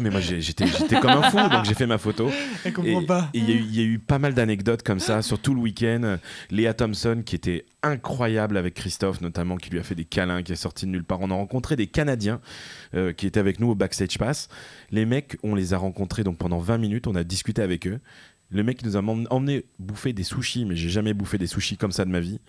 S2: mais moi j'ai- j'étais j'étais comme un fou, donc j'ai fait ma photo. Et
S3: Elle
S2: et
S3: comprend
S2: il
S3: pas.
S2: y, a eu- il y a eu pas mal d'anecdotes comme ça sur tout le week-end. Léa Thompson qui était incroyable avec Christophe notamment, qui lui a fait des câlins, qui est sorti de nulle part. On a rencontré des Canadiens euh, qui étaient avec nous au backstage pass. Les mecs, on les a rencontrés donc pendant 20 minutes, on a discuté avec eux. Le mec qui nous a emmen- emmené bouffer des sushis, mais j'ai jamais bouffé des sushis comme ça de ma vie.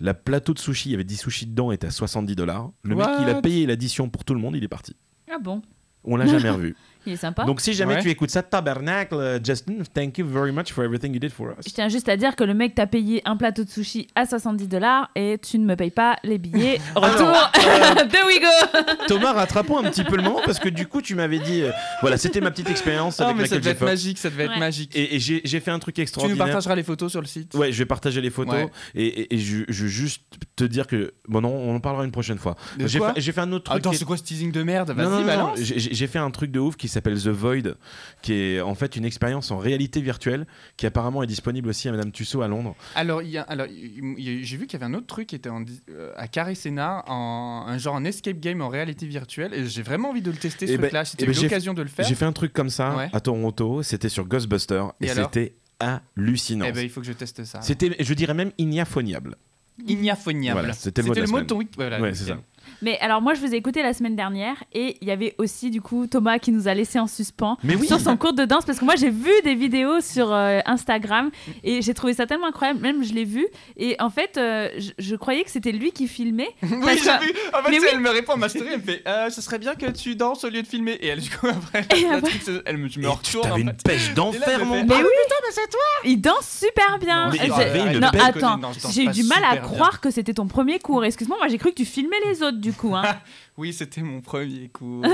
S2: La plateau de sushis, il y avait 10 sushis dedans, était à 70 dollars. Le mec, il a
S3: What
S2: payé l'addition pour tout le monde, il est parti.
S1: Ah bon,
S2: On l'a jamais revu.
S1: il est sympa.
S2: Donc si jamais
S3: Ouais.
S2: tu écoutes ça, tabernacle, euh, Justin, thank you very much for everything you did for
S1: Je
S2: us.
S1: tiens juste à dire que le mec t'a payé un plateau de sushi à 70 dollars et tu ne me payes pas les billets. Retour
S2: euh,
S1: de Wigo.
S2: Thomas, rattrapons un petit peu le moment parce que du coup, tu m'avais dit, euh, voilà, c'était ma petite expérience
S3: Ah,
S2: avec
S3: mais ça
S2: Michael
S3: devait
S2: J.
S3: être
S2: Fox.
S3: magique, ça devait être
S1: Ouais.
S3: magique.
S2: Et, et j'ai j'ai fait un truc
S3: Tu nous
S2: extraordinaire.
S3: partageras les photos sur le site
S2: Ouais, je vais partager les photos
S3: Ouais.
S2: et, et- et je, je veux juste te dire que bon non, on en parlera une prochaine fois.
S3: De
S2: J'ai
S3: quoi
S2: fait, j'ai fait un autre truc.
S3: Attends,
S2: qui est-
S3: c'est quoi ce teasing de merde
S2: Non, non,
S3: Vas-y,
S2: non,
S3: balance.
S2: j'ai- j'ai j'ai fait un truc de ouf qui s'appelle The Void, qui est en fait une expérience en réalité virtuelle qui apparemment est disponible aussi à Madame Tussaud à Londres.
S3: Alors, il y a- alors, il- il- j'ai vu qu'il y avait un autre truc qui était en di- euh, à Carré Sénat, en, un genre un escape game en réalité virtuelle. Et j'ai vraiment envie de le tester ce
S2: Eh ben-
S3: truc-là. Si
S2: eh
S3: tu
S2: ben,
S3: eu
S2: j'ai-
S3: l'occasion de le faire,
S2: J'ai fait un truc comme ça
S3: Ouais.
S2: à Toronto, c'était sur Ghostbuster et,
S3: Et alors
S2: c'était hallucinant.
S3: eh ben, il faut que je teste ça.
S2: C'était, je dirais même ignaphoniable.
S3: Ignaphoniable.
S2: Voilà, c'était le mot de la
S3: mot de
S2: semaine.
S3: ton week. Voilà,
S2: Ouais, c'est ça.
S1: Mais alors, moi, je vous ai écouté la semaine dernière et il y avait aussi, du coup, Thomas qui nous a laissé en suspens
S2: Mais oui.
S1: sur son cours de danse parce que moi, j'ai vu des vidéos sur euh, Instagram et j'ai trouvé ça tellement incroyable. Même, je l'ai vu et en fait, euh, je, je croyais que c'était lui qui filmait.
S3: Oui,
S1: Parce
S3: j'ai
S1: que-
S3: vu. En fait,
S1: Mais
S3: tu sais,
S1: oui.
S3: elle me répond à ma story, elle me fait euh, Ce serait bien que tu danses au lieu de filmer. Et elle, du coup, après,
S1: Et
S3: la
S1: après-
S3: truc, c'est- elle me, je
S2: Et
S3: me
S2: tu
S3: retourne. en
S2: t'avais une
S3: fait. ah
S2: pêche
S3: Et là, je
S2: d'enfer, mon
S3: fais,
S1: Mais
S2: pote.
S1: oui, Il danse super bien.
S2: Non, mais
S1: J'ai-
S2: il avait une
S1: non,
S2: belle
S1: attends,
S3: connue, non, je danse
S1: j'ai eu
S3: pas
S1: du mal à
S3: super bien.
S1: croire que c'était ton premier cours. Excuse-moi, moi j'ai cru que tu filmais les autres du coup. Hein.
S3: Oui, c'était mon premier cours.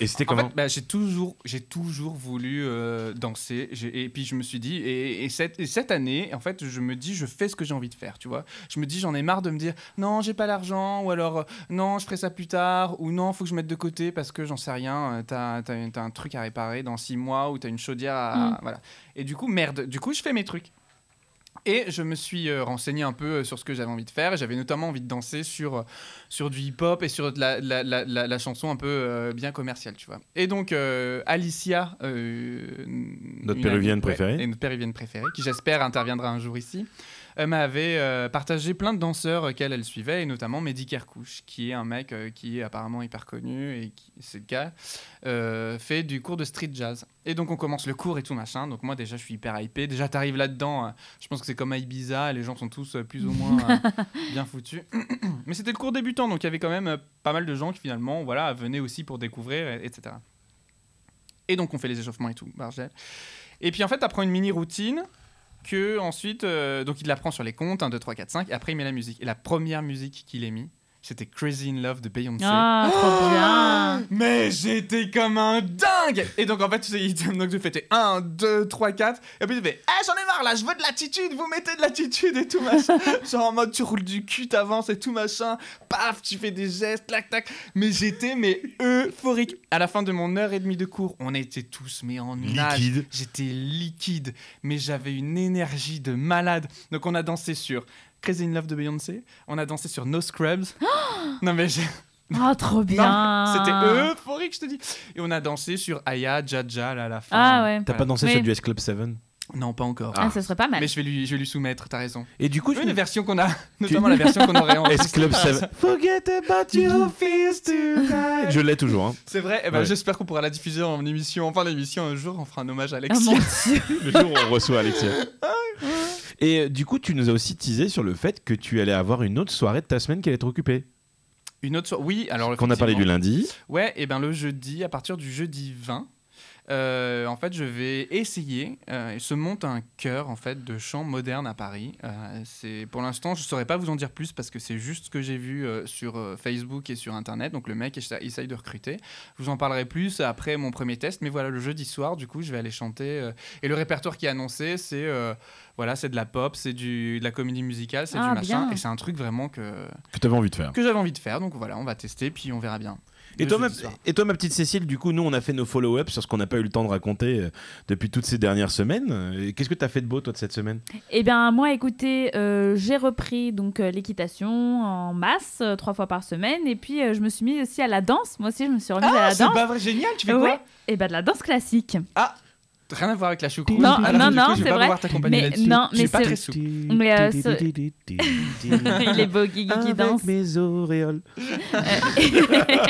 S2: Et c'était
S3: En
S2: comment
S3: fait, bah, j'ai toujours, j'ai toujours voulu euh, danser. J'ai- Et puis je me suis dit, et, et cette, et cette année, en fait, je me dis, je fais ce que j'ai envie de faire, tu vois. Je me dis, j'en ai marre de me dire, non, j'ai pas l'argent, ou alors, euh, non, je ferai ça plus tard, ou non, faut que je mette de côté parce que j'en sais rien. euh, T'as, t'as, une- t'as un truc à réparer dans six mois, ou t'as une chaudière à,
S1: Mm.
S3: voilà. Et du coup, merde. Du coup, je fais mes trucs. Et je me suis euh, renseigné un peu euh, sur ce que j'avais envie de faire. J'avais notamment envie de danser sur, euh, sur du hip-hop et sur de la, la, la, la- la chanson un peu euh, bien commerciale, tu vois. Et donc, euh, Alicia, euh, une-
S2: Notre
S3: une
S2: péruvienne
S3: amie- ouais,
S2: préférée.
S3: et notre péruvienne préférée, qui j'espère interviendra un jour ici, euh, m'avait euh, partagé plein de danseurs euh, qu'elle elle suivait, et notamment Mehdi Kerkouche, qui est un mec euh, qui est apparemment hyper connu, et qui- c'est le cas, euh, fait du cours de street jazz. Et donc, on commence le cours et tout machin. Donc, moi, déjà, je suis hyper hypé. Déjà, t'arrives là-dedans. euh, je pense que c'est comme à Ibiza, les gens sont tous euh, plus ou moins euh, bien foutus. Mais c'était le cours débutant, donc il y avait quand même euh, pas mal de gens qui finalement voilà, venaient aussi pour découvrir, et- etc. Et donc on fait les échauffements et tout, Bargel. Et puis en fait, t'apprends une mini routine que ensuite, euh, donc il la prend sur les comptes, 1, 2, 3, 4, 5, et après il met la musique. Et la première musique qu'il ait mis, c'était Crazy in Love de Beyoncé.
S1: Ah, trop bien.
S3: Ah Mais j'étais comme un dingue Et donc en fait, tu sais, il- donc je fêtais 1, 2, 3, 4, et puis il fait Eh, j'en ai marre là, je veux de l'attitude, vous mettez de l'attitude et tout machin. Genre en mode tu roules du cul, t'avances et tout machin, paf, tu fais des gestes, tac, tac. Mais j'étais mais euphorique. À la fin de mon heure et demie de cours, on était tous mais en nage.
S2: Liquide.
S3: J'étais liquide, mais j'avais une énergie de malade. Donc on a dansé sur Crazy in Love de Beyoncé, on a dansé sur No Scrubs. non mais j'ai-
S1: Ah, trop bien.
S3: Oh. non, C'était euphorique, je te dis. Et on a dansé sur Aya, Jaja, là, à la fin.
S1: Ah ouais.
S2: T'as pas dansé
S1: Oui.
S2: sur du S Club 7
S3: Non, pas encore.
S1: Ah, ça serait pas mal.
S3: Mais je vais lui, je vais lui soumettre, t'as raison.
S2: Et du coup, je
S3: Oui,
S2: me-
S3: les versions qu'on a, notamment la version qu'on aurait en
S2: S Club 7. Forget about you.
S3: Fears tonight.
S2: Je l'ai toujours. Hein.
S3: C'est vrai, eh ben,
S2: Ouais.
S3: j'espère qu'on pourra la diffuser en émission, enfin l'émission un jour, on fera un hommage à
S1: Ah,
S3: Alexis.
S1: mon Dieu.
S2: Le jour où on reçoit Alexia. Et euh, du coup, tu nous as aussi teasé sur le fait que tu allais avoir une autre soirée de ta semaine qui allait être occupée.
S3: Une autre soirée, oui, alors...
S2: Qu'on a parlé
S3: effectivement.
S2: du lundi.
S3: Ouais, et ben le jeudi, à partir du jeudi 20, euh, en fait, je vais essayer. euh, il se monte un chœur en fait de chant moderne à Paris. Euh, c'est pour l'instant, je saurais pas vous en dire plus parce que c'est juste ce que j'ai vu euh, sur euh, Facebook et sur Internet. Donc le mec essa- essaye de recruter. Je vous en parlerai plus après mon premier test. Mais voilà, le jeudi soir, du coup, je vais aller chanter. euh, et le répertoire qui est annoncé, c'est euh, voilà, c'est de la pop, c'est du de la comédie musicale, c'est
S1: Ah,
S3: du machin.
S1: bien.
S3: Et c'est un truc vraiment que
S2: Que t'avais envie de faire.
S3: que j'avais envie de faire. Donc voilà, on va tester puis on verra bien.
S2: Et
S3: Le
S2: toi, ma,
S3: jeudi soir.
S2: et toi, ma petite Cécile, du coup, nous, on a fait nos follow-up sur ce qu'on n'a pas eu le temps de raconter euh, depuis toutes ces dernières semaines. Euh, et Qu'est-ce que t'as fait de beau, toi, de cette semaine
S1: Eh bien, moi, écoutez, euh, j'ai repris donc euh, l'équitation en masse euh, trois fois par semaine et puis euh, je me suis mise aussi à la danse. Moi aussi, je me suis remise à la
S3: Ah, C'est
S1: danse.
S3: pas vrai, génial, tu fais quoi
S1: Ouais. Eh ben de la danse classique.
S3: Rien à voir avec la choucroute.
S1: Non,
S3: Alors,
S1: non,
S3: du coup,
S1: non,
S3: je vais
S1: c'est
S3: pas
S1: vrai.
S3: pouvoir t'accompagner
S1: Mais
S3: là-dessus.
S1: non,
S3: Je suis
S1: mais
S3: pas
S1: c'est-
S3: très souple.
S1: Mais, euh, ce- Il est beau, Guigui
S3: Ah,
S1: qui danse.
S2: mes auréoles.
S1: Euh,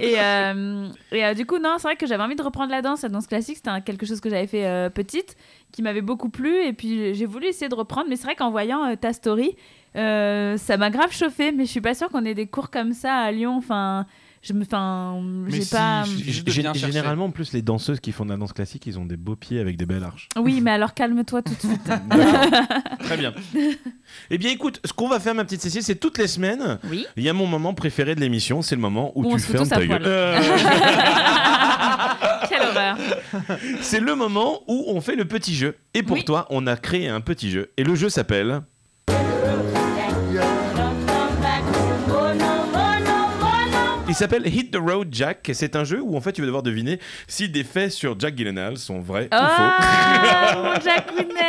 S1: et euh, et, euh, du coup, non, c'est vrai que j'avais envie de reprendre la danse. La danse classique, c'était un- quelque chose que j'avais fait euh, petite, qui m'avait beaucoup plu. Et puis, j'ai voulu essayer de reprendre. Mais c'est vrai qu'en voyant euh, ta story, euh, ça m'a grave chauffé. Mais je suis pas sûre qu'on ait des cours comme ça à Lyon. Enfin, je me. Enfin,
S3: Mais
S1: j'ai
S3: si,
S1: pas.
S3: je- Juste de
S2: Gé-
S3: bien chercher.
S2: Généralement, en plus, les danseuses qui font de la danse classique, ils ont des beaux pieds avec des belles arches.
S1: Oui, mais alors calme-toi tout de suite.
S2: Très bien. Eh bien, écoute, ce qu'on va faire, ma petite Cécile, c'est toutes les semaines.
S1: Oui.
S2: Il y a mon moment préféré de l'émission, c'est le moment où
S1: Où on
S2: tu
S1: se fout
S2: fermes
S1: tous à
S2: ta gueule. Euh,
S1: poil. Quelle horreur.
S2: c'est le moment où on fait le petit jeu. Et pour
S1: Oui.
S2: toi, on a créé un petit jeu. Et le jeu s'appelle. Il s'appelle Hit the Road Jack. et C'est un jeu où en fait tu vas devoir deviner si des faits sur Jack Gyllenhaal sont vrais ou faux.
S1: Ah, mon Jacounet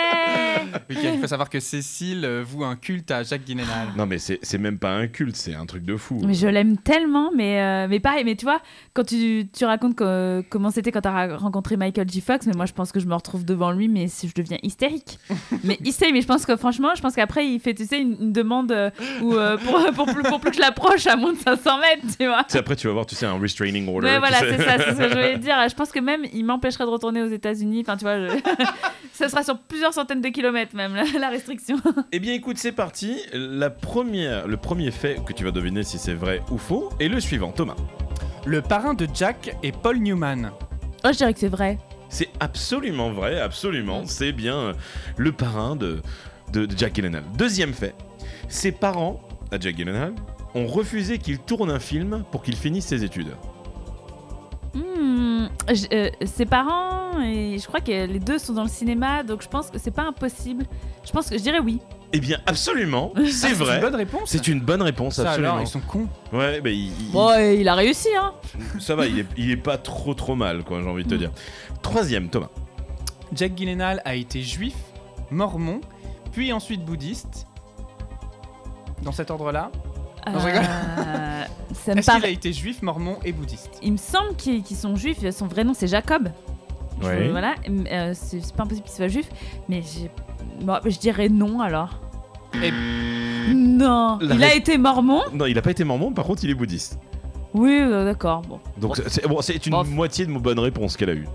S3: Oui, Il faut savoir que Cécile euh, voue un culte à Jacques Guinénal.
S2: Non mais c'est c'est même pas un culte, c'est un truc de fou.
S1: Mais je l'aime tellement, mais, euh, mais pareil, mais tu vois, quand tu, tu racontes que- comment c'était quand t'as ra- rencontré Michael J. Fox, mais moi je pense que je me retrouve devant lui, mais si je deviens hystérique. mais hystérique, mais je pense que franchement, je pense qu'après il fait, tu sais, une, une demande euh, où, euh, pour, pour, plus, pour plus que je l'approche à moins de 500 mètres, tu vois.
S2: Tu sais, après tu vas voir, tu sais, un restraining order.
S1: Mais
S2: tu
S1: voilà,
S2: sais.
S1: c'est ça, c'est ce que je voulais dire. Je pense que même il m'empêcherait de retourner aux États-Unis. Enfin, tu vois, je- ça sera sur plusieurs centaines de kilomètres même, la, la restriction.
S2: Eh bien écoute, c'est parti. La première, le premier fait que tu vas deviner si c'est vrai ou faux est le suivant, Thomas.
S3: Le parrain de Jack est Paul Newman.
S1: Oh, je dirais que c'est vrai.
S2: C'est absolument vrai, absolument. C'est bien euh, le parrain de, de, de Jack Gyllenhaal. Deuxième fait, ses parents, à Jack Gyllenhaal, ont refusé qu'il tourne un film pour qu'il finisse ses études.
S1: Hmm, je- euh, ses parents, et je crois que les deux sont dans le cinéma, donc je pense que c'est pas impossible. Je pense que je dirais oui.
S2: Eh bien absolument, c'est
S3: Ah, C'est une
S2: vrai.
S3: bonne réponse.
S2: C'est une bonne réponse,
S3: Ça, alors,
S2: absolument.
S3: ils sont cons.
S2: Ouais, bah, il- il-
S1: Bon, et il a réussi, hein.
S2: ça va, il est, il est pas trop trop mal, quoi, j'ai envie de te
S1: Mm.
S2: dire. Troisième, Thomas.
S3: Jack Guinénal a été juif, mormon, puis ensuite bouddhiste. Dans cet ordre-là. Non, je rigole.
S1: Euh, ça me
S3: Est-ce qu'il a
S1: paraît.
S3: été juif, mormon et bouddhiste
S1: Il me semble qu'ils qu'ils sont juifs. Son vrai nom c'est Jacob. Je-
S2: Ouais.
S1: Voilà, euh, c'est c'est pas impossible qu'il soit juif, mais j'ai- bon, je dirais non alors.
S3: Et-
S1: Non,
S2: La
S1: il a
S2: ré-
S1: été mormon.
S2: Non, il a pas été mormon, par contre, il est bouddhiste.
S1: Oui, euh, d'accord. Bon.
S2: Donc c'est- c'est bon, c'est une
S1: Bon.
S2: moitié de bonne réponse qu'elle a eue.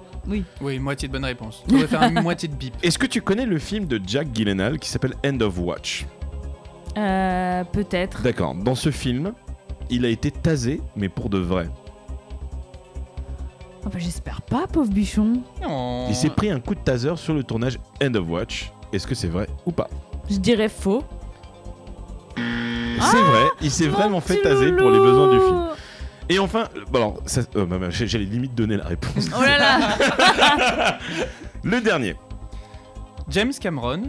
S3: Oui, moitié de bonne réponse. On va faire une moitié de bip.
S2: Est-ce que tu connais le film de Jack Gyllenhaal qui s'appelle End of Watch
S1: Euh, peut-être.
S2: D'accord. Dans ce film, il a été tasé, mais pour de vrai.
S1: Ah bah, J'espère pas, pauvre bichon.
S3: Non.
S2: Il s'est pris un coup de taser sur le tournage End of Watch. Est-ce que c'est vrai ou pas
S1: Je dirais faux.
S2: C'est vrai, il s'est
S1: Mon
S2: vraiment fait
S1: petit
S2: taser pour les
S1: loulou.
S2: besoins du film. Et enfin, euh, bon, alors, ça- euh, bah, bah, j'ai- j'allais limite donner la réponse.
S1: Oh là là.
S2: Le dernier.
S3: James Cameron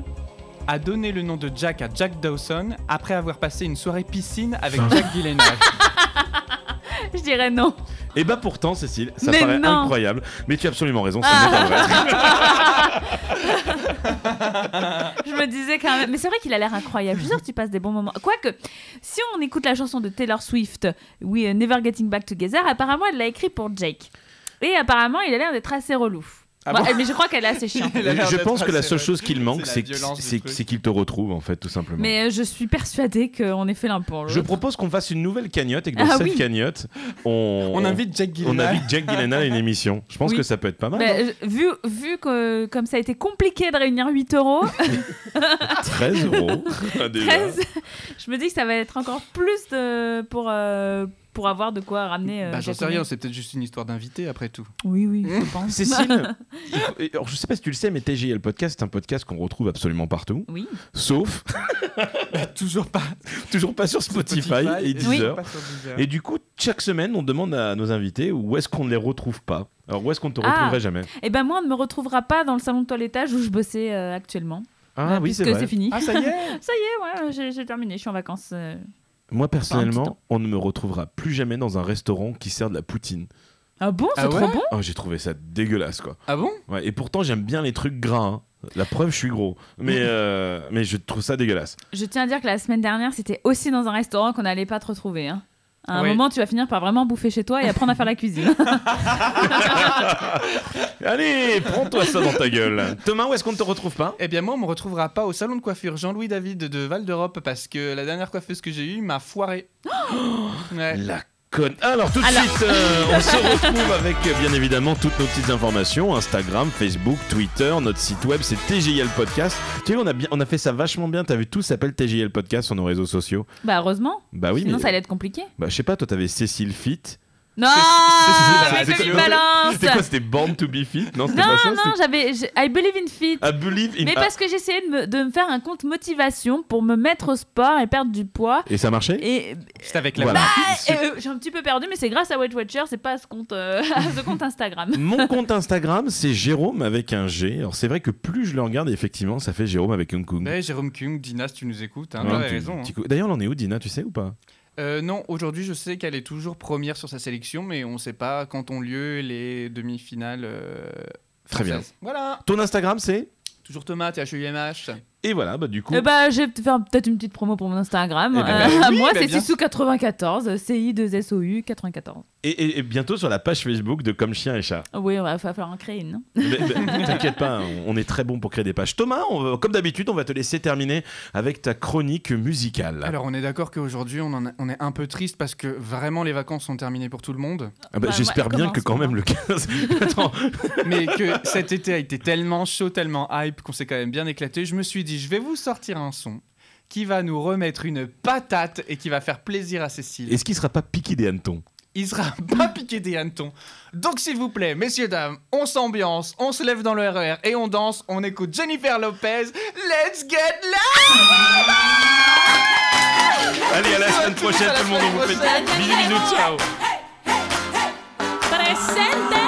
S3: a donné le nom de Jack à Jack Dawson après avoir passé une soirée piscine avec Jack Gyllenhaal.
S1: Je dirais non.
S2: Et bah pourtant, Cécile, ça
S1: Mais
S2: paraît
S1: non. Ah.
S2: incroyable, mais tu as absolument raison, ça n'est pas vrai.
S1: Je me disais quand même. Mais c'est vrai qu'il a l'air incroyable. Je suis sûre que tu passes des bons moments. Quoique, si on écoute la chanson de Taylor Swift, We Are Never Getting Back Together, apparemment elle l'a écrit pour Jake. Et apparemment il a l'air d'être assez relou.
S3: Ah
S1: Moi,
S3: bon
S1: mais je crois qu'elle est assez chiante.
S3: Il a l'air
S2: Je
S3: d'être
S2: pense que la
S3: assez
S2: seule
S3: vrai.
S2: chose qu'il manque,
S3: la
S2: c'est que-
S3: violence du
S2: c'est
S3: truc.
S2: c'est qu'il te retrouve, en fait, tout simplement.
S1: Mais euh, je suis persuadée qu'on est fait l'un pour l'autre.
S2: Je propose qu'on fasse une nouvelle cagnotte et que dans
S1: Ah
S2: cette
S1: oui.
S2: cagnotte, on,
S3: On invite Jack
S2: on
S3: Gyllenhaal.
S2: invite Jack Gyllenhaal à une émission. Je pense
S1: Oui.
S2: que ça peut être pas mal.
S1: Mais,
S3: hein.
S1: euh, vu vu que, comme ça a été compliqué de réunir 8 euros,
S2: 13 euros. Ah, déjà.
S1: 13, je me dis que ça va être encore plus de, pour, euh, pour avoir de quoi ramener. euh,
S3: Bah, j'en sais
S1: Jacqueline.
S3: rien, c'est peut-être juste une histoire d'invité après tout.
S1: Oui, oui, je pense. Bah.
S2: Cécile, il faut- alors, je sais pas si tu le sais, mais TGL Podcast, c'est un podcast qu'on retrouve absolument partout,
S1: Oui.
S2: sauf
S3: Toujours pas.
S2: toujours pas sur Spotify, et Deezer.
S3: Pas sur Deezer.
S2: Et du coup, chaque semaine, on demande à nos invités où est-ce qu'on ne les retrouve pas. Alors, où est-ce qu'on ne te
S1: Ah.
S2: retrouverait jamais
S1: Et ben moi, on ne me retrouvera pas dans le salon de toilettage où je bossais euh, actuellement.
S2: Ah
S1: Euh,
S2: oui, c'est
S1: puisque
S2: vrai.
S1: fini.
S3: Ah, ça y est
S1: Ça y est, ouais, j'ai- j'ai terminé, je suis en vacances. euh. Enfin,
S2: Moi,
S1: un
S2: personnellement, on ne me retrouvera plus jamais dans un restaurant qui sert de la poutine.
S1: Ah bon, c'est
S3: Ah
S1: trop
S3: ouais
S1: bon
S2: Oh, j'ai trouvé ça dégueulasse, quoi.
S3: Ah bon
S2: Ouais, et pourtant, j'aime bien les trucs gras. hein. La preuve, je suis gros. Mais, euh, mais je trouve ça dégueulasse.
S1: Je tiens à dire que la semaine dernière, c'était aussi dans un restaurant qu'on n'allait pas te retrouver. hein. À un
S3: Oui.
S1: moment, tu vas finir par vraiment bouffer chez toi et apprendre à faire la cuisine.
S2: Allez, prends-toi ça dans ta gueule. Thomas, où est-ce qu'on ne te retrouve pas
S3: Eh bien moi, on me retrouvera pas au salon de coiffure Jean-Louis David de Val d'Europe parce que la dernière coiffeuse que j'ai eue m'a foiré. Ouais.
S2: La conne. Alors, tout de
S1: Alors.
S2: suite, euh, on se retrouve avec, euh, bien évidemment, toutes nos petites informations Instagram, Facebook, Twitter, notre site web, c'est TGL Podcast. Tu vois, on a, bien, on a fait ça vachement bien. T'as vu, tout s'appelle TGL Podcast sur nos réseaux sociaux.
S1: bah heureusement,
S2: Bah oui,
S1: sinon
S2: mais.
S1: ça allait être compliqué.
S2: Bah, je sais pas, toi, t'avais Cécile Fit.
S1: Non,
S2: c'est-
S1: mais
S2: c'est-
S1: comme
S2: c'est-
S1: il balance.
S2: C'était quoi C'était Born to be Fit Non, c'était
S1: Non,
S2: pas ça
S1: non,
S2: c'était-
S1: j'avais, j'ai- I believe in fit.
S2: I believe in.
S1: Mais parce que j'essayais de me, de me faire un compte motivation pour me mettre au sport et perdre du poids.
S2: Et ça marchait
S1: Et,
S3: C'est avec la
S2: Voilà. Bah,
S1: et, euh, j'ai un petit peu perdu, mais c'est grâce à Weight Watcher, c'est pas à ce compte, euh, à ce compte Instagram.
S2: Mon compte Instagram, c'est Jérôme avec un G. Alors c'est vrai que plus je le regarde, effectivement, ça fait Jérôme avec un Kung.
S3: Ouais, Jérôme Kung, Dina, si tu nous écoutes, hein,
S2: Ouais,
S3: t'avais
S2: tu-
S3: raison. hein.
S2: petit coup- D'ailleurs, on en est où, Dina Tu sais ou pas
S3: Euh, non, aujourd'hui, je sais qu'elle est toujours première sur sa sélection, mais on ne sait pas quand ont lieu les demi-finales. euh,
S2: Très bien.
S3: françaises. Voilà.
S2: Ton Instagram, c'est
S3: Toujours Thomas, THUMH.
S2: Et voilà, bah du coup.
S1: Eh bah, je vais peut- faire peut-être une petite promo pour mon Instagram.
S2: Eh ben,
S1: Euh,
S3: oui,
S1: moi,
S3: bah,
S1: c'est
S3: bien.
S1: Sissou94, CI2SOU94.
S2: Et, et- et bientôt sur la page Facebook de Comme Chien et Chat.
S1: Ah Oui, on va fa- falloir en créer une. non
S2: Mais- mais T'inquiète pas, on- on est très bon pour créer des pages. Thomas, on va- comme d'habitude, on va te laisser terminer avec ta chronique musicale.
S3: Alors, on est d'accord qu'aujourd'hui, on, en a- on est un peu triste parce que vraiment, les vacances sont terminées pour tout le monde.
S2: Ah bah,
S1: Bah,
S2: J'espère
S1: ouais,
S2: bien que
S1: commence,
S2: quand même le 15. Attends,
S3: mais que cet été a été tellement chaud, tellement hype qu'on s'est quand même bien éclaté, je me suis dit, je vais vous sortir un son qui va nous remettre une patate et qui va faire plaisir à Cécile.
S2: est-ce qu'il sera pas piqué des hannetons
S3: Il sera pas piqué des hannetons. Donc s'il vous plaît, messieurs, dames, on s'ambiance, on se lève dans le RER et on danse, on écoute Jennifer Lopez, Let's Get Loud
S2: Allez, à la semaine
S3: tout le monde,
S2: prochaine,
S3: à la
S2: tout le monde, on
S3: semaine
S2: vous fait
S3: prochaine.
S2: bisous, bisous, ciao
S5: Presente